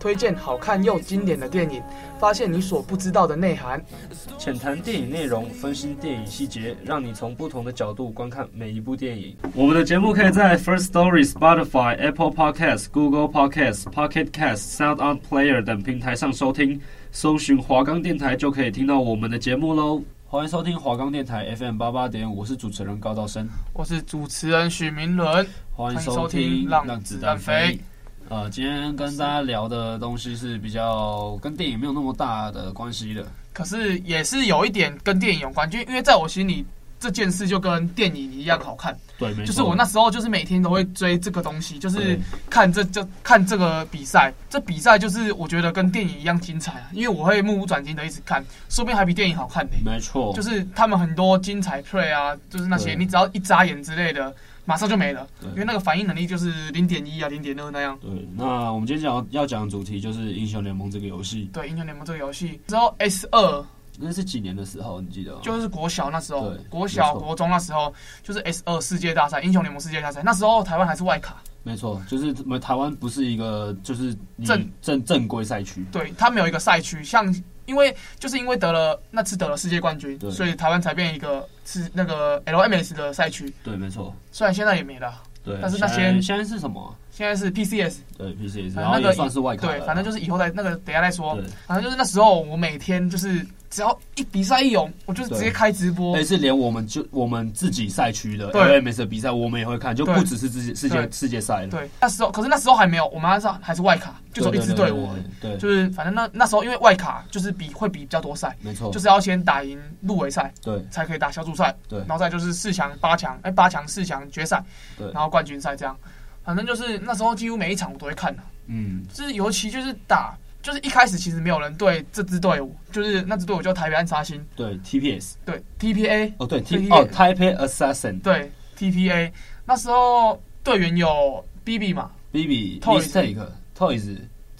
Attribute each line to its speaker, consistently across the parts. Speaker 1: 推荐好看又经典的电影，发现你所不知道的内涵。
Speaker 2: 浅谈电影内容，分析电影细节，让你从不同的角度观看每一部电影。我们的节目可以在 First Story、Spotify、Apple Podcasts、Google Podcasts、Pocket Casts、Sound On Player 等平台上收听，搜寻华冈电台就可以听到我们的节目喽。欢迎收听华冈电台 FM 八八点五，我是主持人高道生。
Speaker 1: 我是主持人许明伦，
Speaker 2: 欢
Speaker 1: 迎
Speaker 2: 迎
Speaker 1: 收
Speaker 2: 收
Speaker 1: 听
Speaker 2: 听
Speaker 1: 《
Speaker 2: 《
Speaker 1: 让子弹飞》。
Speaker 2: 呃，今天跟大家聊的东西是比较跟电影没有那么大的关系的。
Speaker 1: 可是也是有一点跟电影有关，就因为在我心里这件事就跟电影一样好看，
Speaker 2: 对，没错。
Speaker 1: 就是我那时候就是每天都会追这个东西，就是
Speaker 2: 对
Speaker 1: 看这这看这个比赛，这比赛就是我觉得跟电影一样精彩啊，因为我会目不转睛的一直看，说不定还比电影好看呢、
Speaker 2: 没错，
Speaker 1: 就是他们很多精彩 play 啊，就是那些
Speaker 2: 哦对
Speaker 1: 你只要一眨眼之类的，马上就没了，
Speaker 2: 对
Speaker 1: 因为那个反应能力就是零点一啊、零点二那样。
Speaker 2: 对。那我们今天讲要讲的主题就是《英雄联盟》这个游戏，
Speaker 1: 对《英雄联盟》这个游戏之后，S 二
Speaker 2: 那是几年的时候，你记得吗？
Speaker 1: 就是国小那时候
Speaker 2: 哦对，
Speaker 1: 国小
Speaker 2: 没错
Speaker 1: 国中那时候就是 S 二世界大赛，《英雄联盟》世界大赛，那时候台湾还是外卡，
Speaker 2: 没错，就是我们台湾不是一个就是你
Speaker 1: 正
Speaker 2: 正正规赛区。
Speaker 1: 对，它没有一个赛区，像因为就是因为得了那次得了世界冠军，
Speaker 2: 对
Speaker 1: 所以台湾才变一个是那个 LMS 的赛区，
Speaker 2: 对，没错。
Speaker 1: 虽然现在也没了，
Speaker 2: 对，
Speaker 1: 但是那些
Speaker 2: 现在现在是什么？
Speaker 1: 现在是 PCS，
Speaker 2: 对，PC 也是，
Speaker 1: 反正
Speaker 2: 然后
Speaker 1: 那
Speaker 2: 也
Speaker 1: 个
Speaker 2: 算是外卡了
Speaker 1: 对，
Speaker 2: 啦。
Speaker 1: 反正就是以后再那个等一下再说。
Speaker 2: 对，
Speaker 1: 反正就是那时候，我每天就是只要一比赛一有，我就是直接开直播
Speaker 2: 而且。是连我们就我们自己赛区的
Speaker 1: 对
Speaker 2: LMS 的比赛，我们也会看，就
Speaker 1: 对
Speaker 2: 不只是自己世界
Speaker 1: 对
Speaker 2: 世界赛了。
Speaker 1: 对，那时候可是那时候还没有，我们还是还是外卡，就走一支队伍而已。，
Speaker 2: 对，对
Speaker 1: 就是反正那那时候因为外卡就是比会比比较多赛，
Speaker 2: 没错，
Speaker 1: 就是要先打赢入围赛
Speaker 2: 对
Speaker 1: 才可以打小组赛，
Speaker 2: 对
Speaker 1: 然后再就是四强、八强，哎八强、四强、决赛，
Speaker 2: 对
Speaker 1: 然，后冠军赛这样。反正就是那时候几乎每一场我都会看的，啊
Speaker 2: 嗯，
Speaker 1: 就是尤其就是打，就是一开始其实没有人对这支队伍，就是那支队伍叫台北暗杀星，
Speaker 2: 对 TPS
Speaker 1: 对 TPA，
Speaker 2: 哦，对 T
Speaker 1: TPS
Speaker 2: 哦 Taipei Assassin
Speaker 1: 对 TPA，那时候队员有 BB 嘛，
Speaker 2: BB
Speaker 1: Toys
Speaker 2: Mistake Toys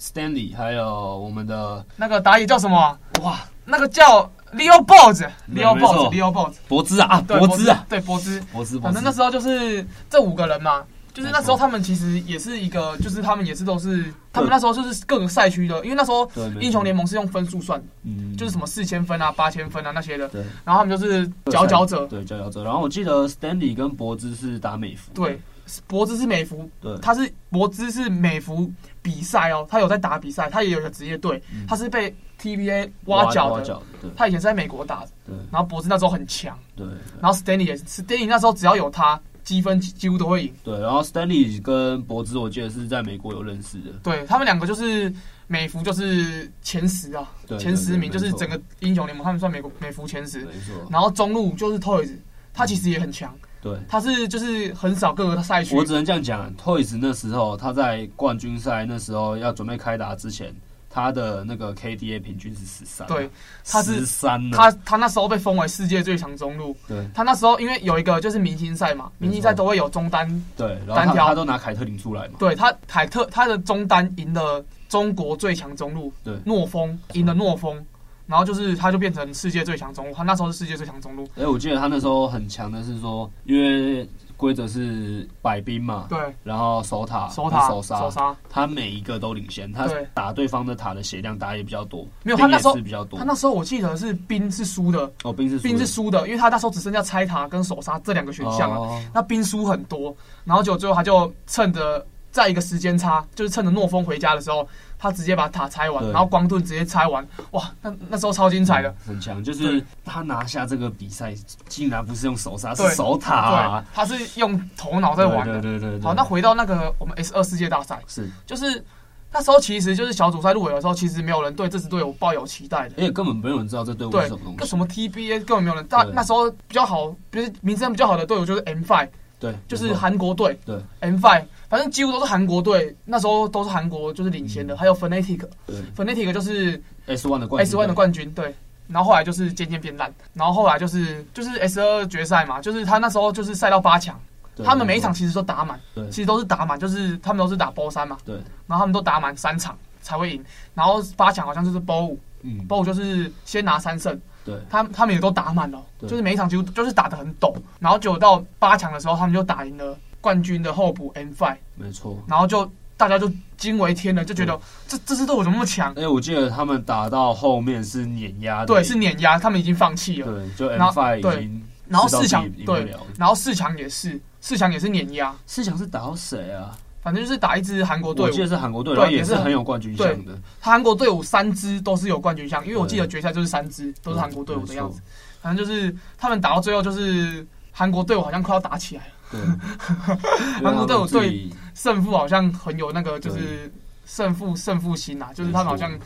Speaker 2: Stanley，还有我们的
Speaker 1: 那个打野叫什么啊？
Speaker 2: 哇
Speaker 1: 那个叫 Leo b o l z
Speaker 2: 没
Speaker 1: Leo
Speaker 2: 没
Speaker 1: b o
Speaker 2: 错
Speaker 1: l z Leo b o l z
Speaker 2: 柏芝啊啊，
Speaker 1: 对，
Speaker 2: 柏芝啊，
Speaker 1: 对，柏芝。
Speaker 2: 柏芝，
Speaker 1: 反正那时
Speaker 2: 候
Speaker 1: 候就是这五个人嘛，就是那时候
Speaker 2: 没错
Speaker 1: 他们其实也是一个，就是他们也是都是，他们那时候就是各个赛区的，因为那时候
Speaker 2: 对没错
Speaker 1: 英雄联盟是用分数算的，
Speaker 2: 嗯
Speaker 1: 就是什么四千分啊、八千分啊那些的，
Speaker 2: 对
Speaker 1: 然后他们就是佼佼者，
Speaker 2: 对佼佼者，然后我记得 Stanley 跟柏芝是打美服，
Speaker 1: 对，柏芝是美服，
Speaker 2: 对，
Speaker 1: 他是柏芝是美服比赛哦，他有在打比赛，他也有一个职业队，
Speaker 2: 嗯
Speaker 1: 他是被 TBA 挖角
Speaker 2: 挖
Speaker 1: 的。
Speaker 2: 角的，
Speaker 1: 他以前是在美国打的，
Speaker 2: 对
Speaker 1: 然后柏芝那时候很强，
Speaker 2: 对对。
Speaker 1: 然后 Stanley 也是，Stanley 那时候只要有他，积分几几乎都会赢。
Speaker 2: 对，然后 Stanley 跟柏芝，我记得是在美国有认识的，
Speaker 1: 对他们两个就是美服就是前十啊，
Speaker 2: 对
Speaker 1: 前十名就是整，
Speaker 2: 对
Speaker 1: 个英雄联盟他们算美国美服前
Speaker 2: 对
Speaker 1: 十
Speaker 2: 没。错，
Speaker 1: 然后中路就是 Toys，他其实也很强，
Speaker 2: 对。
Speaker 1: 他是就是很少各个赛区
Speaker 2: 我只能这样讲，Toys 那时候他在冠军赛那时候要准备开打之前，他的那个 KDA 平均是十三，啊
Speaker 1: 对，他是
Speaker 2: 十三呢，
Speaker 1: 他他那时候被封为世界最强中路。
Speaker 2: 对
Speaker 1: 他那时候因为有一个就是明星赛嘛，
Speaker 2: 没错
Speaker 1: 明星赛都会有中单，
Speaker 2: 对，然
Speaker 1: 单
Speaker 2: 后
Speaker 1: 挑
Speaker 2: 他他都拿凯特琳出来嘛，
Speaker 1: 对他凯特他的中单赢了中国最强中路，
Speaker 2: 对
Speaker 1: 诺风赢了诺风，然后就是他就变成世界最强中路，他那时候是世界最强中路，
Speaker 2: 哎，我记得他那时候很强的是说，因为规则是摆兵嘛，
Speaker 1: 对，
Speaker 2: 然后守塔、
Speaker 1: 守塔
Speaker 2: 手杀，
Speaker 1: 杀，
Speaker 2: 他每一个都领先，他
Speaker 1: 对
Speaker 2: 打对方的塔的血量打也比较多，
Speaker 1: 没有他那时候
Speaker 2: 兵也是比较多
Speaker 1: 他，那时候我记得是兵是输的，
Speaker 2: 哦，兵是
Speaker 1: 兵是
Speaker 2: 输
Speaker 1: 输的，因为他那时候只剩下拆塔跟手杀这两个选
Speaker 2: 的
Speaker 1: 项啊，
Speaker 2: 哦
Speaker 1: 那兵输很多，然后就最后他就趁着在一个时间差，就是趁着诺风回家的时候，他直接把塔拆完，
Speaker 2: 对
Speaker 1: 然后光盾直接拆完，哇，那那时候超精彩的。
Speaker 2: 很强，就是他拿下这个比赛，竟然不是用手杀，是
Speaker 1: 对
Speaker 2: 守塔、
Speaker 1: 对，他是用头脑在玩
Speaker 2: 啊对
Speaker 1: 的。
Speaker 2: 对对对。
Speaker 1: 好，那回到那个我们 S 二世界大赛，
Speaker 2: 是，
Speaker 1: 就是那时候其实就是小组赛入围的时候，其实没有人对这支队伍抱有期待的。
Speaker 2: 而且根本没有人知道这队伍是
Speaker 1: 对
Speaker 2: 什么，东
Speaker 1: 跟
Speaker 2: 西。
Speaker 1: 什么 TBA 根本没有人。大
Speaker 2: 对
Speaker 1: 那时候比较好，比如名声比较好的队伍就是 M Five，
Speaker 2: 对，
Speaker 1: 就是韩国队
Speaker 2: 对
Speaker 1: M Five，反正几乎都是韩国队，那时候都是韩国就是领先的，还有 Fnatic，Fnatic
Speaker 2: 对
Speaker 1: 就是
Speaker 2: S One 的嗯冠军
Speaker 1: S One 的冠军，对。然后后来就是渐渐变烂，然后后来就是就是 S 二决赛嘛，就是他那时候就是赛到八强，
Speaker 2: 对
Speaker 1: 他们每一场其实都打满，
Speaker 2: 对
Speaker 1: 其实都是打满，就是他们都是打波三嘛，
Speaker 2: 对，
Speaker 1: 然后他们都打满三场才会赢，然后八强好像就是波五，
Speaker 2: 嗯
Speaker 1: 波五就是先拿三胜，
Speaker 2: 对
Speaker 1: 他他们也都打满了，
Speaker 2: 对
Speaker 1: 就是每一场几乎就是打得很陡，然后就到八强的时候，他们就打赢了冠军的候补 M Five，
Speaker 2: 没错。
Speaker 1: 然后就大家就惊为天人，就觉得这这支队伍怎么那么强？
Speaker 2: 哎，我记得他们打到后面是碾压的，
Speaker 1: 对，是碾压，他们已经放弃了。
Speaker 2: 对，就
Speaker 1: 然
Speaker 2: M
Speaker 1: 后
Speaker 2: Five
Speaker 1: 对
Speaker 2: 已经
Speaker 1: 然后
Speaker 2: 知道
Speaker 1: 四强
Speaker 2: 自己赢不
Speaker 1: 对
Speaker 2: 了，
Speaker 1: 然后四强也是，四强也是碾压，
Speaker 2: 四强是打到谁啊？
Speaker 1: 反正就是打一支韩国队
Speaker 2: 我
Speaker 1: 伍
Speaker 2: 记。得是韩国队，
Speaker 1: 哦对
Speaker 2: 然后也
Speaker 1: 也是
Speaker 2: 是
Speaker 1: 很
Speaker 2: 很有冠军相的，
Speaker 1: 他韩国队伍三支都是有冠军相，因为我记得
Speaker 2: 对
Speaker 1: 决赛就是三支都是韩国队伍的样子
Speaker 2: 嗯没。
Speaker 1: 反正就是他们打到最后，就是韩国队伍好像快要打起来了，
Speaker 2: 对，
Speaker 1: 韩国队有
Speaker 2: 有
Speaker 1: 对胜负好像很有那个就是胜负胜负心呐、就是他们好像
Speaker 2: 没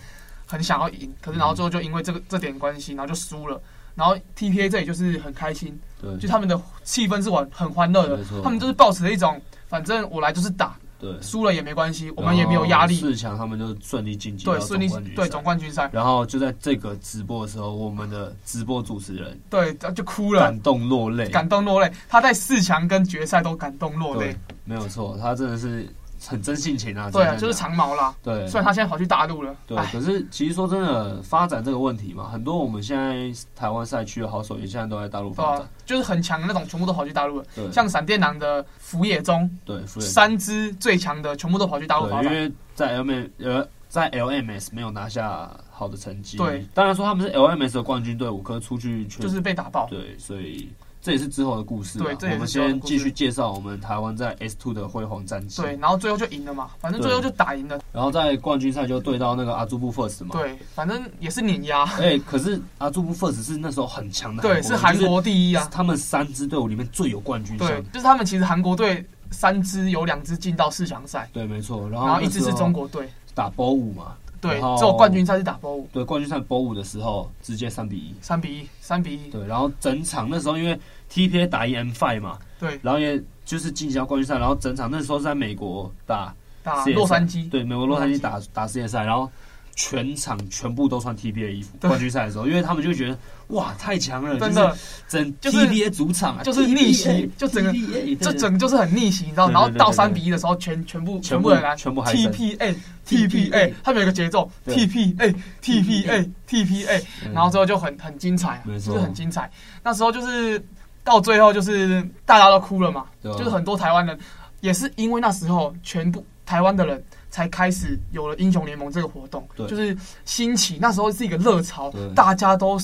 Speaker 1: 很想要赢，可是然后最后就因为这个这点关系，然后就输了。然后 TPA 这里就是很开心，
Speaker 2: 对
Speaker 1: 就他们的气氛是很很欢乐的
Speaker 2: 没错，
Speaker 1: 他们就是抱持了一种反正我来就是打，
Speaker 2: 对，
Speaker 1: 输了也没关系，我们也没有压
Speaker 2: 然后
Speaker 1: 力，
Speaker 2: 四强他们就顺利晋级到
Speaker 1: 对，顺利
Speaker 2: 总冠军
Speaker 1: 对
Speaker 2: 赛
Speaker 1: 总冠军赛，
Speaker 2: 然后就在这个直播的时候，我们的直播主持人
Speaker 1: 对，他就哭了
Speaker 2: 感，动落泪，
Speaker 1: 感动落泪。他在四强跟决赛都感动落泪
Speaker 2: 对，，没有错，他真的是很真性情啊，
Speaker 1: 对
Speaker 2: 真
Speaker 1: 啊，
Speaker 2: 的
Speaker 1: 就是长毛啦。
Speaker 2: 对，
Speaker 1: 虽然他现在跑去大陆了，
Speaker 2: 对，
Speaker 1: 哎，
Speaker 2: 可是其实说真的，发展这个问题嘛，很多我们现在台湾赛区的好手也现在都在大陆
Speaker 1: 对
Speaker 2: 发
Speaker 1: 啊
Speaker 2: 展，，
Speaker 1: 就是很强的那种，全部都跑去大陆了。
Speaker 2: 对，
Speaker 1: 啊像闪电狼的福野中，
Speaker 2: 对福原
Speaker 1: 三支最强的全部都跑去大陆发
Speaker 2: 对，因为
Speaker 1: 展。
Speaker 2: 在 L M 呃在 LMS 没有拿下好的成绩，
Speaker 1: 对，
Speaker 2: 当然说他们是 LMS 的冠军队伍，可是出去却
Speaker 1: 就是被打爆，
Speaker 2: 对，所以这也是之后的故事啊。
Speaker 1: 嗯对这也是
Speaker 2: 我们
Speaker 1: 之后的
Speaker 2: 先
Speaker 1: 故事
Speaker 2: 继续介绍我们台湾在 S Two 的辉煌战绩。
Speaker 1: 对，，然后最后就赢了嘛，反正最后就打赢了，
Speaker 2: 然后在冠军赛就对到那个阿朱布 First 嘛。。
Speaker 1: 对，反正也是碾压，
Speaker 2: 哎、可是阿朱布 First 是那时候很强的
Speaker 1: 对，是韩
Speaker 2: 就是
Speaker 1: 国第一啊，
Speaker 2: 他们三支队伍里面最有冠军相
Speaker 1: 对
Speaker 2: 的。，
Speaker 1: 就是他们其实韩国队三支有两支进到四强赛，
Speaker 2: 对，没错。然后
Speaker 1: 然后一
Speaker 2: 哦那时
Speaker 1: 支
Speaker 2: 候
Speaker 1: 是中国队，
Speaker 2: 打波五嘛，
Speaker 1: 对
Speaker 2: 然，后
Speaker 1: 只有冠军赛是打波五，
Speaker 2: 对，冠军赛波五的时候直接三比一。
Speaker 1: 三比一，三比一，
Speaker 2: 对，然后整场那时候因为 TPA 打一 M Five 嘛，
Speaker 1: 对，
Speaker 2: 然后也就是晋级到冠军赛，然后整场那时候是在美国打
Speaker 1: 打
Speaker 2: 世界赛
Speaker 1: 啊洛杉矶，
Speaker 2: 对，美国洛杉矶打打世界赛，然后全场全部都穿 TBA 衣服。冠军赛的时候，因为他们就觉得哇太强了，
Speaker 1: 真的，
Speaker 2: 整
Speaker 1: 就是
Speaker 2: TBA 主场啊，
Speaker 1: 就是逆袭
Speaker 2: TBA
Speaker 1: 就整个
Speaker 2: TBA
Speaker 1: 这整就是很逆袭，你知道？
Speaker 2: 对对
Speaker 1: 然后到
Speaker 2: 对对
Speaker 1: 三
Speaker 2: 对
Speaker 1: 比一的时候，全全部
Speaker 2: 全部
Speaker 1: 部人来，
Speaker 2: 全部嗨声
Speaker 1: TPA TPA，他们有一个节奏
Speaker 2: 对
Speaker 1: TPA TPA TPA，
Speaker 2: 嗯
Speaker 1: 然后最后就很很精彩啊，
Speaker 2: 没
Speaker 1: 就
Speaker 2: 错
Speaker 1: 是很精彩。那时候就是到最后就是大家都哭了嘛，
Speaker 2: 对啊
Speaker 1: 就是很多台湾人也是因为那时候全部台湾的人。才开始有了英雄联盟这个活动，
Speaker 2: 对
Speaker 1: 就是兴起。那时候是一个热潮
Speaker 2: 对，
Speaker 1: 大家都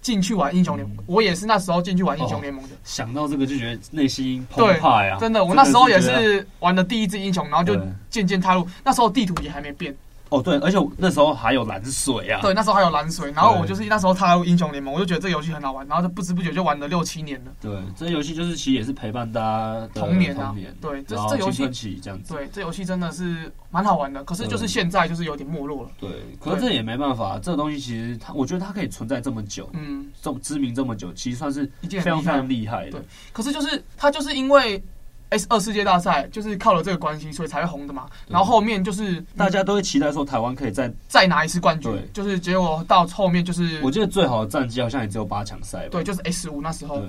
Speaker 1: 进去玩英雄联盟
Speaker 2: 嗯。
Speaker 1: 我也是那时候进去玩英雄
Speaker 2: 哦
Speaker 1: 联盟的。
Speaker 2: 想到这个就觉得内心澎
Speaker 1: 对
Speaker 2: 湃啊！
Speaker 1: 真的，我那时候也
Speaker 2: 真的觉得
Speaker 1: 是玩的第一支英雄，然后就
Speaker 2: 对
Speaker 1: 渐渐踏入。那时候地图也还没变，
Speaker 2: 哦，对，而且我那时候还有蓝水啊，
Speaker 1: 对，那时候还有蓝水，然后
Speaker 2: 对
Speaker 1: 我就是那时候踏入英雄联盟，我就觉得这游戏很好玩，然后就不知不觉就玩了六七年了，
Speaker 2: 对，这游戏就是其实也是陪伴大家的
Speaker 1: 童年啊
Speaker 2: 童年，
Speaker 1: 对这
Speaker 2: 然后
Speaker 1: 这游
Speaker 2: 青
Speaker 1: 戏
Speaker 2: 春期这样子，
Speaker 1: 对，这游戏真的是蛮好玩的，可是就是
Speaker 2: 对
Speaker 1: 现在就是有点没落了，
Speaker 2: 对，可是这也没办法，这个东西其实它，我觉得它可以存在这么久，
Speaker 1: 嗯，
Speaker 2: 这么知名这么久，其实算是非
Speaker 1: 一件
Speaker 2: 常
Speaker 1: 很厉
Speaker 2: 非
Speaker 1: 害
Speaker 2: 常。厉害的
Speaker 1: 对。可是就是他就是因为 S 二世界大赛就是靠了这个关系，所以才会红的嘛。
Speaker 2: 对
Speaker 1: 然后后面就是
Speaker 2: 大家都会期待说台湾可以在，
Speaker 1: 再拿一次冠
Speaker 2: 对
Speaker 1: 军，就是结果到后面就是
Speaker 2: 我记得最好的战绩好像也只有八强赛吧。
Speaker 1: 对，哦就是 S 五那时候
Speaker 2: 对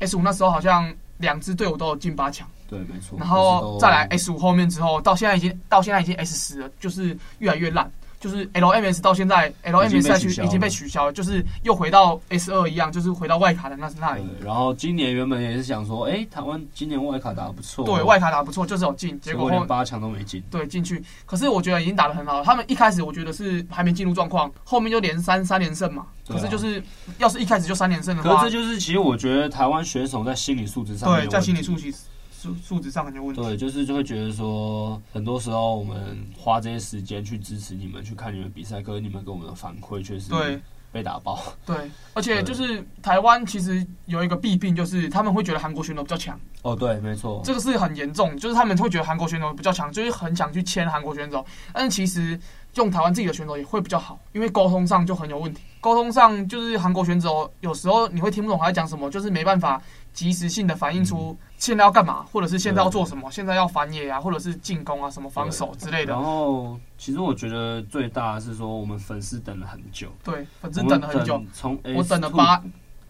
Speaker 1: ，S 五那时候好像两支队伍都有进八强。
Speaker 2: 对，没错。
Speaker 1: 然
Speaker 2: 就是
Speaker 1: 后
Speaker 2: 都
Speaker 1: 再来 S 五后面之后，到现在已经到现在已经 S 十了，就是越来越烂。就是 LMS 到现在
Speaker 2: 已经被
Speaker 1: ，LMS 赛区
Speaker 2: 取消了
Speaker 1: 已经被取消了，就是又回到 S 二一样，就是回到外卡的那那里。
Speaker 2: 对，然后今年原本也是想说，哎，台湾今年外卡打得不错，
Speaker 1: 对外卡打不错，就是有进，结
Speaker 2: 结
Speaker 1: 果
Speaker 2: 果
Speaker 1: 后
Speaker 2: 连八强都没进。
Speaker 1: 对进去。可是我觉得已经打得很好了，他们一开始我觉得是还没进入状况，后面就连三三连胜嘛。
Speaker 2: 对啊
Speaker 1: 可是就是要是一开始就三连胜的
Speaker 2: 可
Speaker 1: 话
Speaker 2: 是这，就是其实我觉得台湾选手在心理素质上面
Speaker 1: 对，
Speaker 2: 有
Speaker 1: 在心
Speaker 2: 问
Speaker 1: 理
Speaker 2: 题
Speaker 1: 素质素素质上很有问题。
Speaker 2: 对，就是就会觉得说，很多时候我们花这些时间去支持你们，去看你们比赛，可是你们给我们的反馈却是
Speaker 1: 对
Speaker 2: 被打爆。
Speaker 1: 对，而且就是台湾其实有一个弊病，就是他们会觉得韩国选手比较强。
Speaker 2: 哦，对，没错，
Speaker 1: 这个是很严重，就是他们会觉得韩国选手比较强，就是很想去签韩国选手，但是其实用台湾自己的选手也会比较好，因为沟通上就很有问题。沟通上就是韩国选手有时候你会听不懂他在讲什么，就是没办法及时性的反映出
Speaker 2: 嗯
Speaker 1: 现在要干嘛，或者是现在要做什么，现在要反野啊，或者是进攻啊，什么防守之类的
Speaker 2: 然。后，其实我觉得最大的是说，我们粉丝等了很久，
Speaker 1: 对，反正等了很
Speaker 2: 我
Speaker 1: 久
Speaker 2: 们，等，从 S
Speaker 1: 我等了
Speaker 2: two
Speaker 1: 八
Speaker 2: 对啊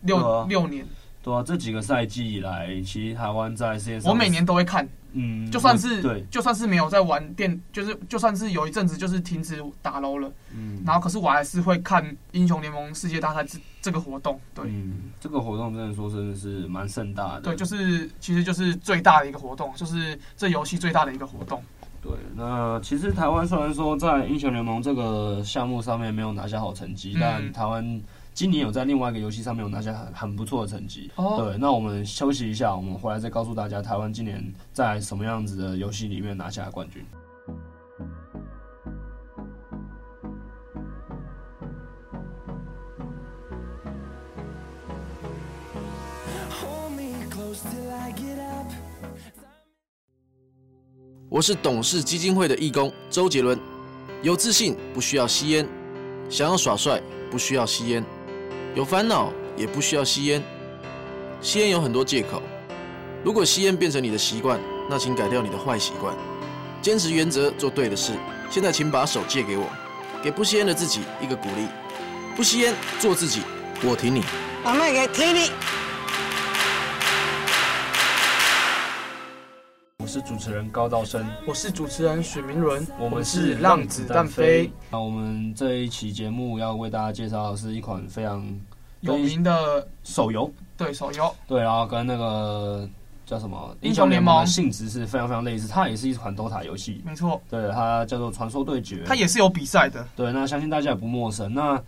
Speaker 1: 六六年，
Speaker 2: 对啊，这几个赛季以来，其实台湾在世界上，
Speaker 1: 我每年都会看，
Speaker 2: 嗯，
Speaker 1: 就算
Speaker 2: 我
Speaker 1: 是
Speaker 2: 对，
Speaker 1: 就算是没有在玩电，就是就算是有一阵子就是停止打 LO 了，
Speaker 2: 嗯，
Speaker 1: 然后可是我还是会看英雄联盟世界大赛这这个活动，对。
Speaker 2: 嗯，这个活动真的说真的是蛮盛大的，
Speaker 1: 对，就是其实就是最大的一个活动，就是这游戏最大的一个活动。
Speaker 2: 对，那其实台湾虽然说在英雄联盟这个项目上面没有拿下好成绩，
Speaker 1: 嗯
Speaker 2: 但台湾今年有在另外一个游戏上面有拿下很很不错的成绩。
Speaker 1: 哦
Speaker 2: 对，那我们休息一下，我们回来再告诉大家台湾今年在什么样子的游戏里面拿下冠军。
Speaker 3: Hold me close till I get up.
Speaker 4: 我是董事基金会的义工周杰伦。有自信不需要吸烟，想要耍帅不需要吸烟，有烦恼也不需要吸烟。吸烟有很多借口，如果吸烟变成你的习惯，那请改掉你的坏习惯，坚持原则做对的事。现在请把手借给我，给不吸烟的自己一个鼓励。不吸烟，做自己，我挺你。
Speaker 5: 我卖给 t v
Speaker 2: 我是主持人高道生，
Speaker 1: 我是主持人许明伦，
Speaker 2: 我们是让子弹飞。。那我们这一期节目要为大家介绍的是一款非常
Speaker 1: 有名的
Speaker 2: 手游，
Speaker 1: 对手游，
Speaker 2: 对，然后跟那个叫什么
Speaker 1: 英雄联盟
Speaker 2: 的性质是非常非常类似，它也是一款 DOTA 游戏，
Speaker 1: 没错，
Speaker 2: 对，它叫做《传说对决》，
Speaker 1: 它也是有比赛的。
Speaker 2: 对，那相信大家也不陌生。那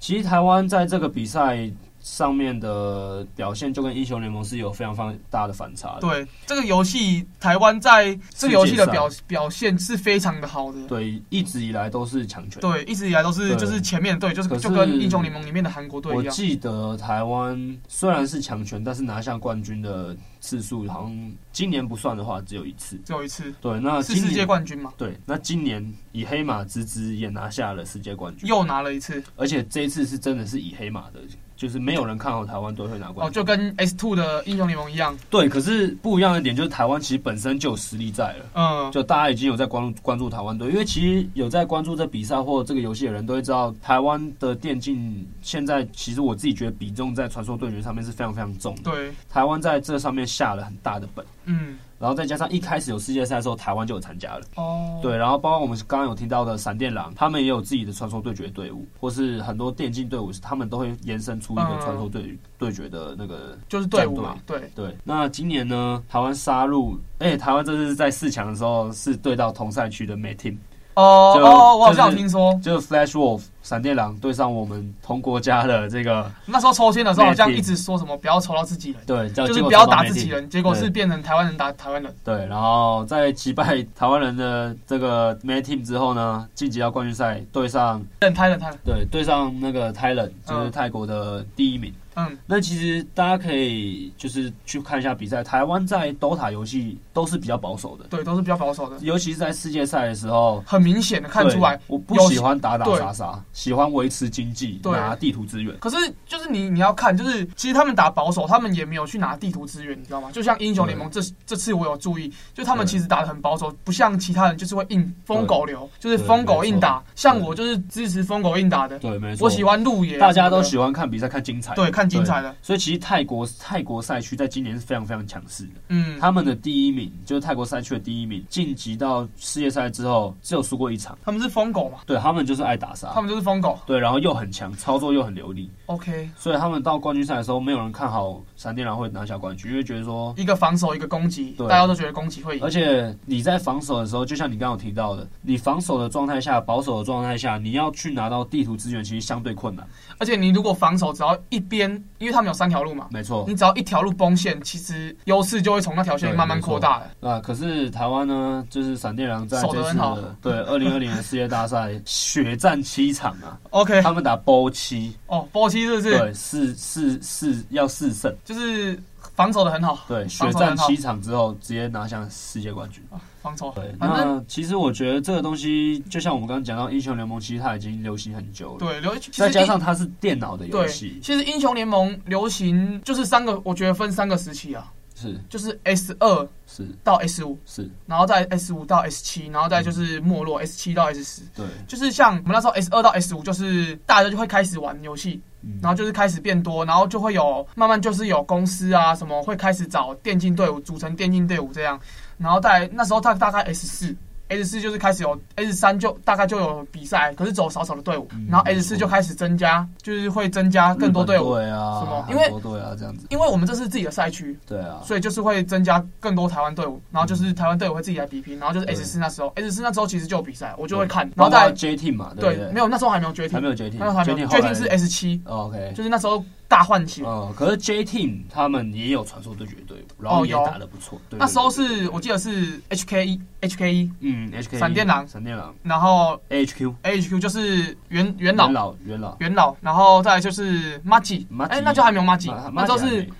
Speaker 2: 其实台湾在这个比赛上面的表现，就跟英雄联盟是有非常非常大的反差的。
Speaker 1: 对这个游戏，台湾在这个游戏的表
Speaker 2: 世
Speaker 1: 表现是非常的好的。
Speaker 2: 对，一直以来都是强权。，
Speaker 1: 对，一直以来都是
Speaker 2: 对
Speaker 1: 就是前面对，就是
Speaker 2: 可是
Speaker 1: 就跟英雄联盟里面的韩国队
Speaker 2: 我
Speaker 1: 一样。
Speaker 2: 记得台湾虽然是强权，但是拿下冠军的次数好像今年不算的话只有一次。
Speaker 1: 只有一次
Speaker 2: 对，那
Speaker 1: 是
Speaker 2: 呃今
Speaker 1: 世界
Speaker 2: 年
Speaker 1: 冠军嘛，
Speaker 2: 对，那今年以黑马之姿也拿下了世界冠军，
Speaker 1: 又拿了一次
Speaker 2: 而且这一次是真的是以黑马的，就是没有人看好台湾队会拿冠
Speaker 1: 哦，
Speaker 2: 军。
Speaker 1: 就跟 S two 的英雄联盟一样。
Speaker 2: 对，可是不一样的点就是台湾其实本身就有实力在了，
Speaker 1: 嗯，
Speaker 2: 就大家已经有在关注关注台湾队，因为其实有在关注这比赛或这个游戏的人都会知道，台湾的电竞现在其实我自己觉得比重在传说对决上面是非常非常重的，
Speaker 1: 对，
Speaker 2: 台湾在这上面下了很大的本，
Speaker 1: 嗯，
Speaker 2: 然后再加上一开始有世界赛的时候，台湾就有参加了。
Speaker 1: 哦，
Speaker 2: 对，然后包括我们刚刚有听到的闪电狼，他们也有自己的传说对决队伍，或是很多电竞队伍，他们都会延伸出一个
Speaker 1: 嗯
Speaker 2: 传说对对决的那个。
Speaker 1: 就是队伍嘛，对，
Speaker 2: 对，那今年呢，台湾杀入，哎、台湾这次在四强的时候是对到同赛区的 m a team，
Speaker 1: 哦
Speaker 2: 就
Speaker 1: 哦，我好像
Speaker 2: 就
Speaker 1: 有
Speaker 2: 是
Speaker 1: 听说，
Speaker 2: 就是 Flash Wolf 闪电狼对上我们同国家的这个，
Speaker 1: 那时候抽签的时候好像
Speaker 2: 内地
Speaker 1: 一直说什么不要抽到自己人，
Speaker 2: 对，叫
Speaker 1: 就是
Speaker 2: 呃结果
Speaker 1: 不要
Speaker 2: 抽到
Speaker 1: 打
Speaker 2: Mad
Speaker 1: 自己
Speaker 2: Team
Speaker 1: 人，结果
Speaker 2: 对
Speaker 1: 是变成台湾人打台湾人，
Speaker 2: 对，然后在击败台湾人的这个 m a team 之后呢，晋级到冠军赛，对上
Speaker 1: 认台人台人，
Speaker 2: 对，对上那个 Thailand 就是
Speaker 1: 嗯
Speaker 2: 泰国的第一名。
Speaker 1: 嗯，
Speaker 2: 那其实大家可以就是去看一下比赛，台湾在 DOTA 游戏都是比较保守的，
Speaker 1: 对，都是比较保守的，
Speaker 2: 尤其是在世界赛的时候。
Speaker 1: 很明显的看出来
Speaker 2: 对。我不
Speaker 1: 有
Speaker 2: 喜欢打打
Speaker 1: 对
Speaker 2: 杀杀，喜欢维持经济，
Speaker 1: 对
Speaker 2: 拿地图资源。
Speaker 1: 可是就是你你要看，就是其实他们打保守，他们也没有去拿地图资源，你知道吗？就像英雄联盟这这次我有注意，就他们
Speaker 2: 对
Speaker 1: 其实打的很保守，不像其他人就是会硬疯狗流，就是
Speaker 2: 对
Speaker 1: 疯狗硬打。像
Speaker 2: 对
Speaker 1: 我就是支持疯狗硬打的，
Speaker 2: 对，没错。
Speaker 1: 我喜，欢路野啊什么的，
Speaker 2: 大家都喜欢看比赛，看精彩。
Speaker 1: 对看精彩的，
Speaker 2: 所以其实泰国泰国赛区在今年是非常非常强势的。
Speaker 1: 嗯，
Speaker 2: 他们的第一名就是泰国赛区的第一名，晋级到世界赛之后只有输过一场。
Speaker 1: 他们是疯狗嘛，
Speaker 2: 对他们就是爱打杀，
Speaker 1: 他们就是疯狗。
Speaker 2: 对，然后又很强，操作又很流利，
Speaker 1: OK，
Speaker 2: 所以他们到冠军赛的时候，没有人看好闪电狼会拿下冠军，因为觉得说，
Speaker 1: 一个防守，一个攻击，
Speaker 2: 对
Speaker 1: 大家都觉得攻击会赢
Speaker 2: 而。且你在防守的时候，就像你刚刚有提到的，你防守的状态下，保守的状态下，你要去拿到地图资源，其实相对困难。
Speaker 1: 而且你如果防守只要一边，因为他们有三条路嘛，
Speaker 2: 没错
Speaker 1: 你，只要一条路崩线，其实优势就会从那条线
Speaker 2: 对
Speaker 1: 慢慢扩大了。
Speaker 2: 那可是台湾呢，就是闪电狼在
Speaker 1: 守
Speaker 2: 这
Speaker 1: 得
Speaker 2: 次
Speaker 1: 很好
Speaker 2: 的对二零二零的世界大赛血战七场啊，
Speaker 1: OK，
Speaker 2: 他们打波七，
Speaker 1: 哦，波七是不是
Speaker 2: 对四四四要四胜，
Speaker 1: 就是防守的很好，
Speaker 2: 对，
Speaker 1: 防
Speaker 2: 血
Speaker 1: 守得
Speaker 2: 战
Speaker 1: 很好
Speaker 2: 七，场之后，直接拿下世界冠军。
Speaker 1: 防守
Speaker 2: 对，，
Speaker 1: 哦反正
Speaker 2: 那其实我觉得这个东西，就像我们刚刚讲到英雄联盟，其实它已经流行很久了。，
Speaker 1: 对刘，其实
Speaker 2: 再加
Speaker 1: 一
Speaker 2: 上它是电脑的游
Speaker 1: 对，
Speaker 2: 戏，
Speaker 1: 其实英雄联盟流行就是三个，我觉得分三个时期啊，
Speaker 2: 是
Speaker 1: 就是 S 二
Speaker 2: 是
Speaker 1: 到 S 五，
Speaker 2: 是，
Speaker 1: 然后再 S 五到 S 七，然后再就是没落 S 七到 S 十。
Speaker 2: 对，
Speaker 1: 就是像我们那时候 S 二到 S 五，就是大家就会开始玩游戏，
Speaker 2: 嗯
Speaker 1: 然后就是开始变多，然后就会有慢慢就是有公司啊什么会开始找电竞队伍，组成电竞队伍这样，然后在那时候大大概 S 四。S 四就是开始有 S 三就大概就有比赛，可是走少少的队伍，
Speaker 2: 嗯
Speaker 1: 然后 S 四就开始增加，就是会增加更多队伍，
Speaker 2: 对啊，
Speaker 1: 什么
Speaker 2: 韩
Speaker 1: 因为
Speaker 2: 国队啊这样子，
Speaker 1: 因为我们这是自己的赛区，
Speaker 2: 对啊，
Speaker 1: 所以就是会增加更多台湾队伍，然后
Speaker 2: 嗯
Speaker 1: 就是台湾队伍会自己来比拼，然后就是 S 四那时候，S 四那时候其实就有比赛，我就会看，然
Speaker 2: 包
Speaker 1: 后
Speaker 2: 括
Speaker 1: 再
Speaker 2: J Team 嘛，对
Speaker 1: 对
Speaker 2: 不对？
Speaker 1: 没有那时候还没有决定
Speaker 2: 还没，有 J
Speaker 1: 那时候还
Speaker 2: Team，J
Speaker 1: 没有
Speaker 2: Team
Speaker 1: 决
Speaker 2: 后来
Speaker 1: 定是 S 七，
Speaker 2: 哦 OK，
Speaker 1: 就是那时候大换血，
Speaker 2: 嗯，可是 J Team 他们也有传说对决队伍，然后
Speaker 1: 哦
Speaker 2: 也
Speaker 1: 有
Speaker 2: 打得不错。对
Speaker 1: 那时候
Speaker 2: 对对对
Speaker 1: 是我记得是 HK 一 HK 一，
Speaker 2: 嗯，HK
Speaker 1: 闪电狼
Speaker 2: 闪电狼
Speaker 1: 然后
Speaker 2: AHQ
Speaker 1: AHQ 就是元元
Speaker 2: 元
Speaker 1: 老
Speaker 2: 老元老，
Speaker 1: 元老，然后再来就是 Maggi，
Speaker 2: Maggi
Speaker 1: 哎，那就还没有 Maggi，
Speaker 2: 马
Speaker 1: 那时候
Speaker 2: 马啊吉还
Speaker 1: 是
Speaker 2: 没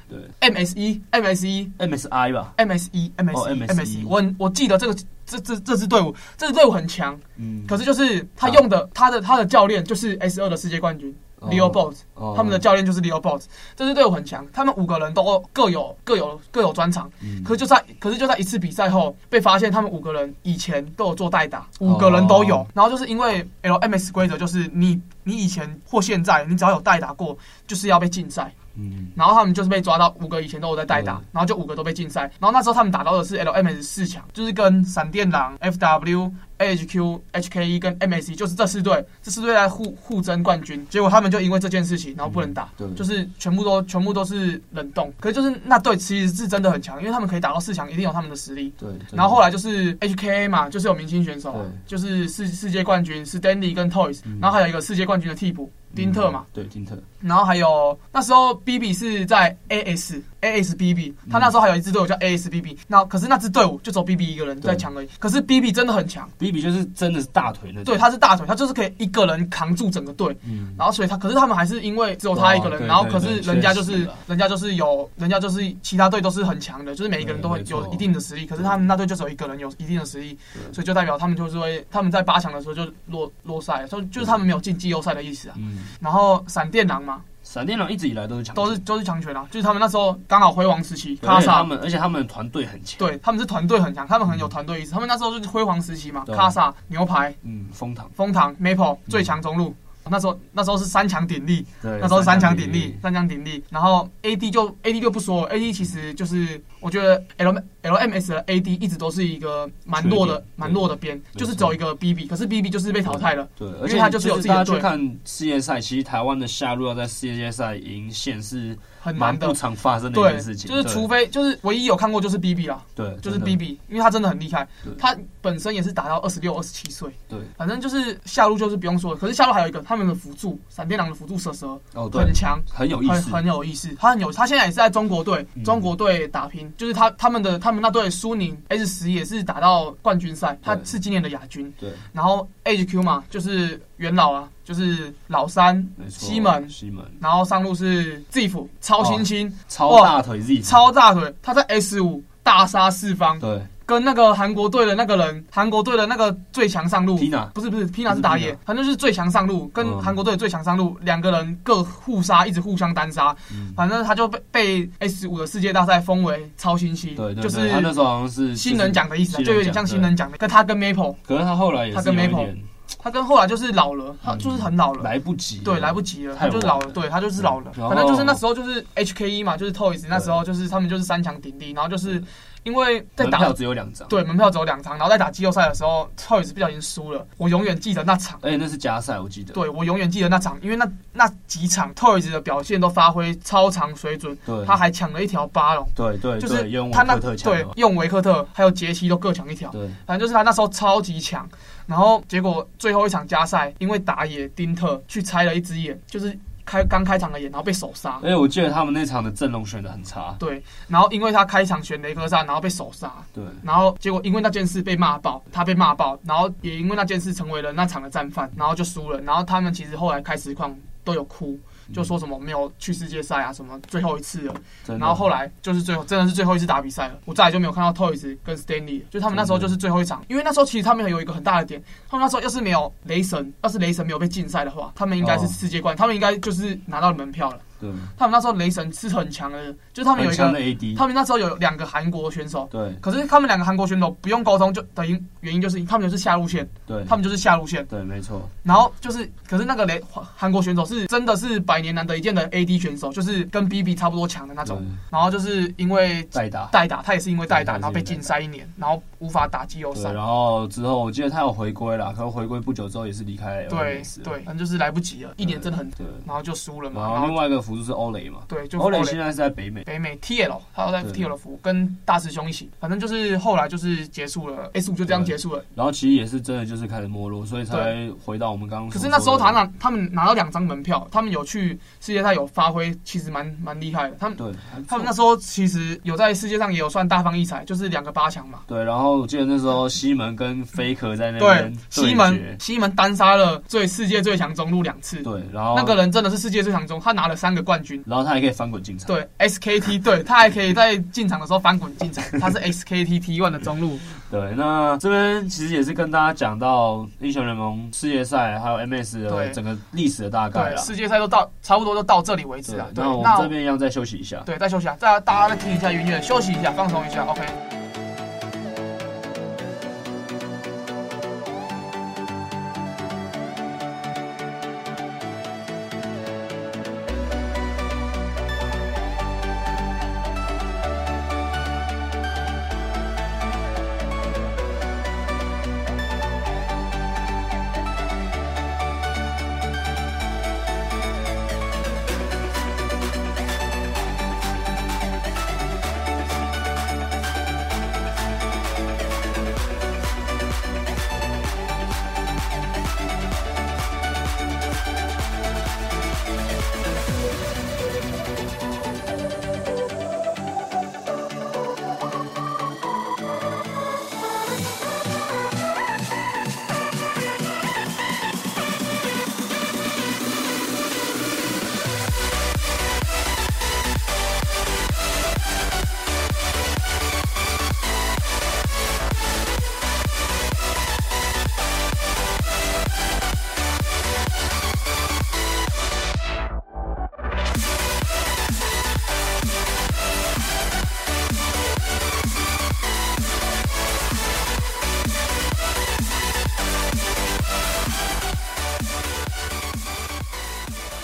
Speaker 2: 对
Speaker 1: MS 一 MS 一
Speaker 2: MSI 吧，
Speaker 1: MS 一 MS
Speaker 2: 哦
Speaker 1: 一
Speaker 2: MSE
Speaker 1: MS E 一，我很我记得这个这这这支队伍，这支队伍很强。
Speaker 2: 嗯，
Speaker 1: 可是就是他用的他的他的教练就是 S 二的世界冠军
Speaker 2: 哦
Speaker 1: Leo b o s
Speaker 2: 哦
Speaker 1: 他们的教练就是 Leo b o s 这支队伍很强，他们五个人都各有各有各有专长。
Speaker 2: 嗯
Speaker 1: 可是就在可是就在一次比赛后被发现，他们五个人以前都有做代打，五个人都有
Speaker 2: 哦。
Speaker 1: 然后就是因为 LMS 规则，就是你你以前或现在你只要有代打过，就是要被禁赛。
Speaker 2: 嗯
Speaker 1: 然后他们就是被抓到五个以前都有在代打
Speaker 2: 嗯，
Speaker 1: 然后就五个都被禁赛。然后那时候他们打到的是 LMS 四强，就是跟闪电狼、FW、AHQ、HKE E 跟 MSE，就是这四队，这四队来互互争冠军。结果他们就因为这件事情，然后不能打，
Speaker 2: 嗯对
Speaker 1: 就是全部都全部都是冷冻。可是就是那队其实是真的很强，因为他们可以打到四强，一定有他们的实力。
Speaker 2: 对，
Speaker 1: 然后后
Speaker 2: 来
Speaker 1: 来就是 HKA 嘛，就是有明星选手啊、
Speaker 2: 对
Speaker 1: 就是世世界冠军是 Danny 跟 Toys，、
Speaker 2: 嗯
Speaker 1: 然后还有一个世界冠军的替补丁特嘛，，
Speaker 2: 嗯对丁特，
Speaker 1: 然后还有那时候 BB 是在 AS ASBB，他那
Speaker 2: 嗯
Speaker 1: 时候还有一支队伍叫 ASBB，那可是那支队伍就只有 BB 一个人在强而已。可是 BB 真的很强，
Speaker 2: 比比就是真的是大腿那种
Speaker 1: 对，，他是大腿，他就是可以一个人扛住整个队。
Speaker 2: 嗯，
Speaker 1: 然后所以他，可是他们还是因为只有他一个
Speaker 2: 对啊
Speaker 1: 人，
Speaker 2: 对
Speaker 1: 然后可是
Speaker 2: 对对
Speaker 1: 人家就
Speaker 2: 确实
Speaker 1: 是
Speaker 2: 啊
Speaker 1: 人家就是有人家就是其他队都是很强的，就是每一个人都会
Speaker 2: 对没
Speaker 1: 有
Speaker 2: 错
Speaker 1: 一定的实力，可是他们那队就只有一个人有一定的实力，所以就代表他们就是会他们在八强的时候就落落赛了，就就是他们没有进季后赛的意思啊。
Speaker 2: 嗯，
Speaker 1: 然后闪电狼嘛，
Speaker 2: 闪电狼一直以来都是强，
Speaker 1: 都是都是强权啊，就是他们那时候刚好辉煌时期，
Speaker 2: 而
Speaker 1: 卡
Speaker 2: 且他
Speaker 1: 萨
Speaker 2: 们，而且他们的团队很强，，
Speaker 1: 对他们是团队很强，他们很有团队意识，他们那时候就是辉煌时期嘛，
Speaker 2: 对
Speaker 1: 卡萨、牛排、
Speaker 2: 嗯，蜂糖，
Speaker 1: 蜂糖、Maple
Speaker 2: 嗯
Speaker 1: 最强中路。那时候，那时候是三强鼎立，
Speaker 2: 对
Speaker 1: 那时候是三强鼎立，，三强鼎立。然后 AD 就 AD 就不说了，AD 其实就是我觉得 L LMS 的 AD 一直都是一个蛮弱
Speaker 2: 缺
Speaker 1: 的
Speaker 2: 点
Speaker 1: 蛮弱的边，
Speaker 2: 错
Speaker 1: 就是走一个 BB，可是 BB 就是被淘汰了。
Speaker 2: 对，
Speaker 1: 为
Speaker 2: 而且
Speaker 1: 他就是有自己的
Speaker 2: 大家去
Speaker 1: 队
Speaker 2: 看世界赛，其实台湾的下路要在世界赛赢线是
Speaker 1: 很
Speaker 2: 蛮
Speaker 1: 难的
Speaker 2: 不常发生的一
Speaker 1: 对
Speaker 2: 件事，情，
Speaker 1: 就是
Speaker 2: 对
Speaker 1: 除非就是唯一有看过就是 BB 啦，
Speaker 2: 对，
Speaker 1: 就是
Speaker 2: 真的
Speaker 1: BB，因为他真的很厉害
Speaker 2: 对，
Speaker 1: 他本身也是打到二十六、二十七岁，
Speaker 2: 对，
Speaker 1: 反正就是下路就是不用说了。可是下路还有一个他们的辅助，闪电狼的辅助蛇蛇
Speaker 2: 哦对
Speaker 1: 很，强，
Speaker 2: 很有意
Speaker 1: 很
Speaker 2: 思，嗯
Speaker 1: 很有意思，他很有，他现在也是在中国队，中国队打拼，就是他他们的他们那队苏宁 S 十也是打到冠军赛，他
Speaker 2: 对
Speaker 1: 是今年的亚军。
Speaker 2: 对，
Speaker 1: 然后 HQ 嘛，就是元老啊，就是老三
Speaker 2: 没错，
Speaker 1: 西门，
Speaker 2: 西门
Speaker 1: 然后上路是 Ziff 超新星，
Speaker 2: 超
Speaker 1: 哇
Speaker 2: 大腿 Z，
Speaker 1: 超大腿，他在 S 五大杀四方，
Speaker 2: 对，
Speaker 1: 跟那个韩国队的那个人，韩国队的那个最强上路
Speaker 2: Pina
Speaker 1: 不是不是 Pina 是打野
Speaker 2: Pina，
Speaker 1: 反正就是最强上路跟
Speaker 2: 嗯
Speaker 1: 韩国队的最强上路两个人各互杀，一直互相单杀，
Speaker 2: 嗯
Speaker 1: 反正他就被被 S 五的世界大赛封为超新星，
Speaker 2: 对对，
Speaker 1: 就
Speaker 2: 对他那
Speaker 1: 是
Speaker 2: 时候好像是
Speaker 1: 新人奖的意思啊，
Speaker 2: 新
Speaker 1: 就有点像
Speaker 2: 奖
Speaker 1: 新人奖的，跟他跟 Maple，
Speaker 2: 对可是他后来也
Speaker 1: 他
Speaker 2: 是
Speaker 1: 跟
Speaker 2: 有一
Speaker 1: Maple
Speaker 2: 点
Speaker 1: 他跟后来就是老了，他
Speaker 2: 嗯
Speaker 1: 就是很老了。
Speaker 2: 来不及，
Speaker 1: 对，来不。及了，
Speaker 2: 太
Speaker 1: 他就是老
Speaker 2: 晚
Speaker 1: 了，
Speaker 2: 了
Speaker 1: 对他就是老了。
Speaker 2: 然后
Speaker 1: 反正就是那时候就是 HKE 嘛，就是 Toys 那时候就是他们就是三强鼎立，然后就是因为在
Speaker 2: 门
Speaker 1: 打
Speaker 2: 票只有两张，
Speaker 1: 对，门票只有两场，然后在打季后赛的时候，超也是不小心输了。我永远记得那场，
Speaker 2: 哎而且那是加赛，我记得。
Speaker 1: 对我永远记得那场，因为那那几场 Toys 的表现都发挥超常水准，
Speaker 2: 对
Speaker 1: 他还抢了一条八龙，
Speaker 2: 对对，
Speaker 1: 就是
Speaker 2: 对用
Speaker 1: 他那
Speaker 2: 维克特强
Speaker 1: 对
Speaker 2: 嘛
Speaker 1: 用维克特还有杰西都各抢一条，
Speaker 2: 对
Speaker 1: 反正就是他那时候超级强。然后结果最后一场加赛，因为打野丁特去拆了一只眼，就是开刚开场的眼，然后被手杀。
Speaker 2: 哎而且我记得他们那场的阵容选的很差，
Speaker 1: 对，然后因为他开场选雷克萨，然后被手杀，
Speaker 2: 对
Speaker 1: 然后结果因为那件事被骂爆，他被骂爆，然后也因为那件事成为了那场的战犯，然后就输了。然后他们其实后来开实况。都有哭，
Speaker 2: 嗯
Speaker 1: 就说什么没有去世界赛啊，什么最后一次了。
Speaker 2: 真的
Speaker 1: 然后后来就是最后真的是最后一次打比赛了，我再也就没有看到 Toys 跟 Stanley，了就他们那时候就是最后一场，因为那时候其实他们有一个很大的点，他们那时候要是没有雷神，要是雷神没有被禁赛的话，他们应该是
Speaker 2: 哦
Speaker 1: 世界冠，他们应该就是拿到门票了。
Speaker 2: 对，
Speaker 1: 他们那时候雷神是很强的，就是他们有
Speaker 2: 很
Speaker 1: 一
Speaker 2: 强的
Speaker 1: 个，
Speaker 2: AD，
Speaker 1: 他们那时候有两个韩国选手，
Speaker 2: 对
Speaker 1: 可是他们两个韩国选手不用沟通就等于原因就是他们就是下路线，
Speaker 2: 对，
Speaker 1: 他们就是下路线，
Speaker 2: 对没错，
Speaker 1: 然后就是，可是那个雷韩国选手是真的是百年难得一见的 AD 选手，就是跟 BB 差不多强的那种
Speaker 2: 对。
Speaker 1: 然后就是因为
Speaker 2: 代打
Speaker 1: 代打，他也是因为代
Speaker 2: 对
Speaker 1: 打，然
Speaker 2: 他
Speaker 1: 后
Speaker 2: 也是因为代打
Speaker 1: 被禁赛一年，然后无法打季后
Speaker 2: 对，
Speaker 1: 赛。
Speaker 2: 然后之后我记得他有回归啦，可是回归不久之后也是离开了
Speaker 1: 对
Speaker 2: LNS 了
Speaker 1: 对，，反正就是来不及了，一年真的很，
Speaker 2: 对。
Speaker 1: 然后就输了嘛。
Speaker 2: 然后
Speaker 1: 然
Speaker 2: 另
Speaker 1: 后
Speaker 2: 外一个辅助是欧雷嘛，
Speaker 1: 对，就
Speaker 2: 欧
Speaker 1: 后
Speaker 2: 雷
Speaker 1: 来
Speaker 2: 现在是在北美，
Speaker 1: 北美 TL，他要在
Speaker 2: 对
Speaker 1: TL 服务跟大师兄一起，反正就是后来就是结束了，S 五就这样结束了。
Speaker 2: 然后其实也是真的就是开始没落，所以才回到我们刚刚
Speaker 1: 可
Speaker 2: 所说
Speaker 1: 是
Speaker 2: 的。
Speaker 1: 那时候他拿他们拿到两张门票，他们有去世界赛有发挥，其实蛮蛮厉害的。他们
Speaker 2: 对，
Speaker 1: 他们那时候其实有在世界上也有算大放异彩，就是两个八强嘛。
Speaker 2: 对，然后我记得那时候西门跟 Faker 在那
Speaker 1: 对
Speaker 2: 边，
Speaker 1: 西
Speaker 2: 对
Speaker 1: 门
Speaker 2: 决，哦
Speaker 1: 西门单杀了最世界最强中路两次，
Speaker 2: 对，然后
Speaker 1: 那个，人真的是世界最强中，他拿了三个冠军。
Speaker 2: 然后他还可以翻滚进场，
Speaker 1: 对 SKT，对他还可以在进场的时候翻滚进场，他是 SKT T1 的中路。
Speaker 2: 对，那这边其实也是跟大家讲到英雄联盟世界赛还有 MS 的
Speaker 1: 对
Speaker 2: 整个历史的大概
Speaker 1: 对，
Speaker 2: 啦。
Speaker 1: 世界赛都到差不多都到这里为止
Speaker 2: 啊
Speaker 1: 啊
Speaker 2: 对那
Speaker 1: 了。对，
Speaker 2: 我们
Speaker 1: 那
Speaker 2: 这边一样再休息一下。
Speaker 1: 对再休息啊，大家大家再听一下音乐，休息一下，放松一下。OK。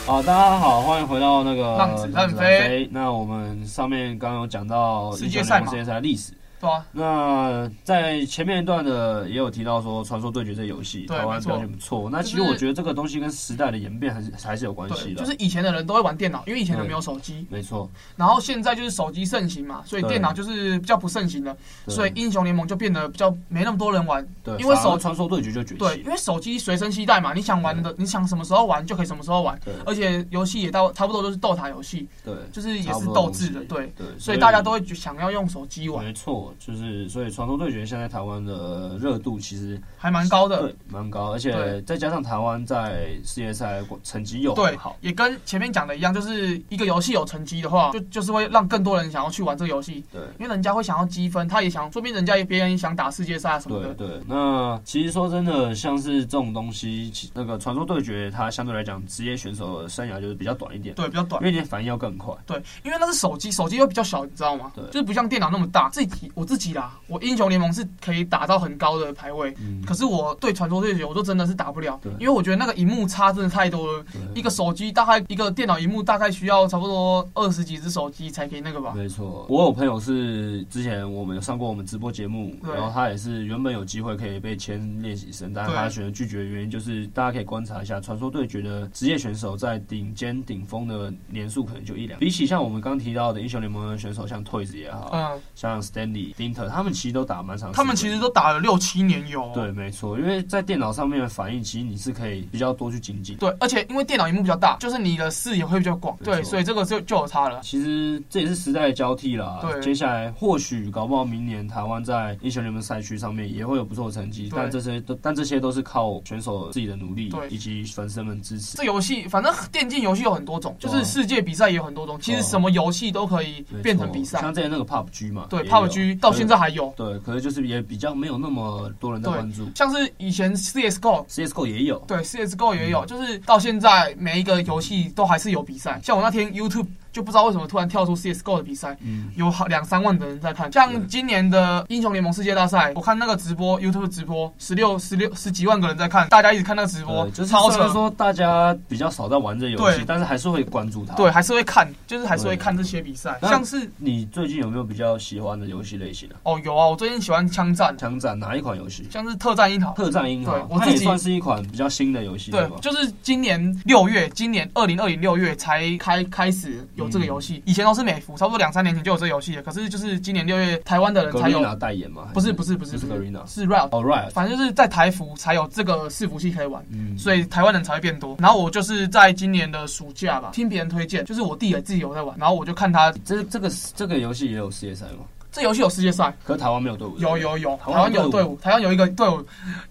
Speaker 2: 好，大家好，欢迎回到那个
Speaker 1: 浪子
Speaker 2: 浪
Speaker 1: 浪
Speaker 2: 子
Speaker 1: 飞
Speaker 2: 飞。那我们上面刚刚有讲到
Speaker 1: 世界赛嘛
Speaker 2: 英雄联盟世界赛的历史。
Speaker 1: 对啊，
Speaker 2: 那在前面一段的也有提到说，《传说对决》这游戏
Speaker 1: 对
Speaker 2: 台湾
Speaker 1: 没错
Speaker 2: 表现不错。那其实
Speaker 1: 就是
Speaker 2: 我觉得这个东西跟时代的演变还是还是有关系
Speaker 1: 对，
Speaker 2: 的。
Speaker 1: 就是以前的人都会玩电脑，因为以前人没有手机，
Speaker 2: 没错，
Speaker 1: 然后现在就是手机盛行嘛，所以
Speaker 2: 对
Speaker 1: 电脑就是比较不盛行了，
Speaker 2: 对
Speaker 1: 所以英雄联盟就变得比较没那么多人玩。
Speaker 2: 对，
Speaker 1: 因为
Speaker 2: 反而
Speaker 1: 手
Speaker 2: 传说对决》就崛
Speaker 1: 对，
Speaker 2: 起
Speaker 1: 因。为手机随身携带嘛，你想玩的，你想什么时候玩就可以什么时候玩
Speaker 2: 对，
Speaker 1: 而且游戏也到差不多都是斗塔游戏，
Speaker 2: 对，
Speaker 1: 就是也
Speaker 2: 差不
Speaker 1: 是
Speaker 2: 多
Speaker 1: 斗智
Speaker 2: 东
Speaker 1: 的，
Speaker 2: 西
Speaker 1: 对，
Speaker 2: 对，
Speaker 1: 所以大家都会觉想要用手机玩，
Speaker 2: 没错，就是所以《传说对决》现在台湾的热度其实
Speaker 1: 还蛮高的
Speaker 2: 对。蛮高，而且
Speaker 1: 对
Speaker 2: 再加上台湾在世界赛成绩又
Speaker 1: 对
Speaker 2: 很好，，
Speaker 1: 也跟前面讲的一样，就是一个游戏有成绩的话，就就是会让更多人想要去玩这个游戏，
Speaker 2: 对。
Speaker 1: 因为人家会想要积分，他也想，说不定人家也别人也想打世界赛啊什么
Speaker 2: 对
Speaker 1: 的。
Speaker 2: 对，那其实说真的，像是这种东西，其那个传说对决，它相对来讲，职业选手的生涯就是比较短一点，
Speaker 1: 对，比较短
Speaker 2: 因。为你的反应要更快。
Speaker 1: 对，因为那是手机，手机又比较小，你知道吗？
Speaker 2: 对
Speaker 1: 就是不像电脑那么大。自己我自己啦，我英雄联盟是可以打到很高的排位，
Speaker 2: 嗯，
Speaker 1: 可是我对传说对决我就真的是打不了
Speaker 2: 对，
Speaker 1: 因为我觉得那个荧幕差真的太多了。一个手机大概一个电脑荧幕大概需要差不多二十几只手机才可以那个吧。
Speaker 2: 没错，我有朋友是之前我们有上过我们直播节目，
Speaker 1: 对
Speaker 2: 然后他也是原本有机会可以被签练习生，但是
Speaker 1: 对
Speaker 2: 他选择拒绝的原因就是大家可以观察一下，传说对决的职业选手在顶尖顶峰的年数可能就一两，比起像我们刚提到的英雄联盟的选手，像 Toys 也好，
Speaker 1: 嗯，
Speaker 2: 像 Stanley 比丁特，他们其实都打蛮长时间。
Speaker 1: 他们其实都打了六七年有、哦。
Speaker 2: 对，没错，因为在电脑上面的反应，其实你是可以比较多去精进。
Speaker 1: 对，而且因为电脑荧幕比较大，就是你的视野会比较广，
Speaker 2: 没错
Speaker 1: 对，所以这个就就有差了。
Speaker 2: 其实这也是时代的交替啦。
Speaker 1: 对
Speaker 2: 接下来或许搞不好明年台湾在英雄联盟赛区上面也会有不错的成绩，
Speaker 1: 对
Speaker 2: 但这些都但这些都是靠选手自己的努力
Speaker 1: 对
Speaker 2: 以及粉丝们支持
Speaker 1: 这。游戏反正电竞游戏有很多种，就是世界比赛也有很多种，其实什么游戏都可以
Speaker 2: 哦没错
Speaker 1: 变成比赛。
Speaker 2: 像之前那个 PUBG 嘛，
Speaker 1: 对
Speaker 2: 也有
Speaker 1: ，PUBG 到现在还有，
Speaker 2: 对，可是就是也比较没有那么多人在
Speaker 1: 对
Speaker 2: 关注。
Speaker 1: 像是以前 CSGO。
Speaker 2: CSGO 也有，
Speaker 1: 对，CSGO 也
Speaker 2: 嗯
Speaker 1: 有，就是到现在每一个游戏都还是有比赛。像我那天 YouTube 就不知道为什么突然跳出 CSGO 的比赛，
Speaker 2: 嗯，
Speaker 1: 有好两三万的人在看。像今年的英雄联盟世界大赛，我看那个直播 YouTube 直播，十六、十六、十几万个人在看，大家一直看那个直播
Speaker 2: 对，就是
Speaker 1: 超
Speaker 2: 虽然
Speaker 1: 扯。
Speaker 2: 说大家比较少在玩这游戏
Speaker 1: 对，
Speaker 2: 但是还是会关注它。
Speaker 1: 对，，还是会看，就是还是会看这些比赛。
Speaker 2: 那
Speaker 1: 像是
Speaker 2: 你最近有没有比较喜欢的游戏类型啊？
Speaker 1: 哦，有啊，我最近喜欢枪战，
Speaker 2: 枪战哪一款游戏？
Speaker 1: 像是特战樱桃。
Speaker 2: 特战银
Speaker 1: 对
Speaker 2: 行，
Speaker 1: 我
Speaker 2: 它
Speaker 1: 自
Speaker 2: 也
Speaker 1: 己
Speaker 2: 算是一款比较新的游戏，
Speaker 1: 对
Speaker 2: 吧，？
Speaker 1: 就是今年六月，今年二零二零六月才开开始有这个游
Speaker 2: 嗯
Speaker 1: 戏，以前都是美服，差不多两三年前就有这个游戏了。可是就是今年六月，台湾的人才有，
Speaker 2: Garena 代言吗？
Speaker 1: 不是不是不是
Speaker 2: 不是
Speaker 1: 不
Speaker 2: Garena，
Speaker 1: 是 r a l
Speaker 2: 哦 Riot，
Speaker 1: 反正就是在台服才有这个伺服器可以玩，
Speaker 2: 嗯
Speaker 1: 所以台湾人才会变多。然后我就是在今年的暑假吧，听别人推荐，就是我弟也自己有在玩，然后我就看他
Speaker 2: 这这个这个游戏也有世界赛吗？
Speaker 1: 这游戏有世界赛，
Speaker 2: 可是台湾没有队伍，
Speaker 1: 有有有，
Speaker 2: 台
Speaker 1: 台
Speaker 2: 湾
Speaker 1: 湾
Speaker 2: 有
Speaker 1: 有
Speaker 2: 队
Speaker 1: 队
Speaker 2: 伍
Speaker 1: 伍，台湾有一个队伍，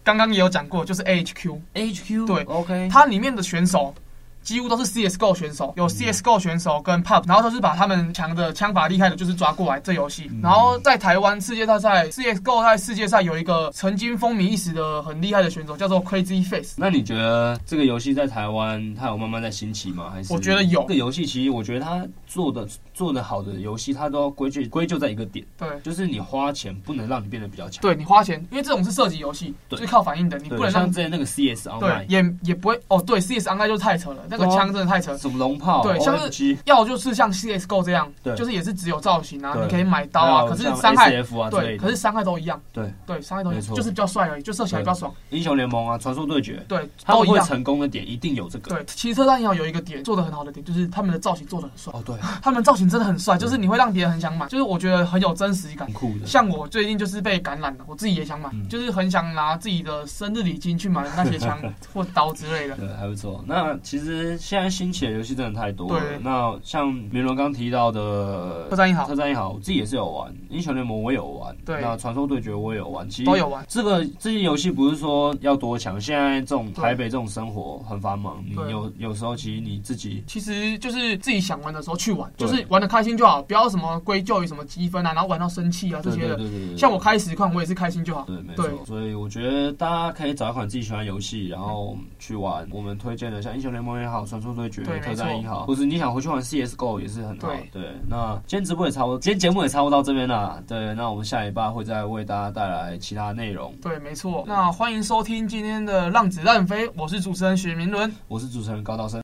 Speaker 1: 刚刚也有讲过，就是 AHQ，
Speaker 2: HQ
Speaker 1: 对
Speaker 2: ，OK，
Speaker 1: 它里面的选手。几乎都是 CSGO 选手，
Speaker 2: 嗯
Speaker 1: 有 CSGO 选手跟 PUB，然后就是把他们强的枪法厉害的，就是抓过来这游
Speaker 2: 嗯
Speaker 1: 戏。然后在台湾世界大赛 CSGO 在世界赛有一个曾经风靡一时的很厉害的选手，叫做 Crazy Face。
Speaker 2: 那你觉得这个游戏在台湾它有慢慢在兴起吗？还是
Speaker 1: 我觉得有
Speaker 2: 这个游戏其实我觉得它做的做的好的游戏，它都要归结归咎在一个点，
Speaker 1: 对，
Speaker 2: 就是你花钱不能让你变得比较强。
Speaker 1: 对你花钱，因为这种是射击游戏，
Speaker 2: 对
Speaker 1: 就是靠反应的，你
Speaker 2: 对，
Speaker 1: 不能
Speaker 2: 像
Speaker 1: 让
Speaker 2: 之前那个 CS
Speaker 1: 对
Speaker 2: Online，
Speaker 1: 也也不会哦。对，CS online 就是太扯了，那个
Speaker 2: 对啊哦
Speaker 1: 枪真的太扯。
Speaker 2: 什么龙炮，
Speaker 1: 对像是
Speaker 2: OMG，
Speaker 1: 要就是像 CSGO 这样
Speaker 2: 对，
Speaker 1: 就是也是只有造型啊，
Speaker 2: 对
Speaker 1: 你可以买刀啊，可是伤害
Speaker 2: F 啊之类
Speaker 1: 对，可
Speaker 2: 的
Speaker 1: 是，伤害都一样，
Speaker 2: 对
Speaker 1: 对，伤害都一
Speaker 2: 没
Speaker 1: 样，
Speaker 2: 错
Speaker 1: 就是比较帅而已，就射起来比较爽，
Speaker 2: 英雄联盟啊，传说对决，
Speaker 1: 对，
Speaker 2: 他
Speaker 1: 都
Speaker 2: 们
Speaker 1: 一
Speaker 2: 会
Speaker 1: 样。
Speaker 2: 成功的点一定有这个。
Speaker 1: 对，其实车站银行有一个点做的很好的点，就是他们的造型做的很帅，
Speaker 2: 哦，对，
Speaker 1: 他们造型真的很帅，就是你会让别人很想买，就是我觉得很有真实感
Speaker 2: 很。酷的。
Speaker 1: 像我最近就是被感染了，我自己也想买，
Speaker 2: 嗯
Speaker 1: 就是很想拿自己的生日礼金去买那 些枪或刀之类的。
Speaker 2: 对，还不错。那其实现在兴起的游戏真的太多了
Speaker 1: 对。
Speaker 2: 那像明伦刚提到的
Speaker 1: 特战一好
Speaker 2: 特，战一好，我自己也是有玩，英雄联盟我也有玩，
Speaker 1: 对
Speaker 2: 那传说对决我也有玩，其实
Speaker 1: 都有玩。
Speaker 2: 这个这些游戏不是说要多强，现在这种
Speaker 1: 对
Speaker 2: 台北这种生活很繁忙，你
Speaker 1: 对
Speaker 2: 有有时候其实你自己
Speaker 1: 其实就是自己想玩的时候去玩，
Speaker 2: 对
Speaker 1: 就是玩的开心就好，不要什么归咎于什么积分啊，然后玩到生气啊这
Speaker 2: 对
Speaker 1: 些
Speaker 2: 对对对
Speaker 1: 的。
Speaker 2: 对，对
Speaker 1: 像我开实况，我也是开心就好。
Speaker 2: 对，没
Speaker 1: 对
Speaker 2: 错。所以我觉得大家可以找一款自己喜欢的游戏，然后去玩。我们推荐的像英雄联盟也好，传说对决、
Speaker 1: 对没错
Speaker 2: 特战也好，或是你想回去玩 CS:GO 也是很好。
Speaker 1: 对
Speaker 2: 对，那今天直播也差不多，今天节目也差不多到这边啦。对，那我们下礼拜会再为大家带来其他内容。
Speaker 1: 对，没错。那欢迎收听今天的《浪子浪飞》，我是主持人许明伦。
Speaker 2: 我是主持人高道生。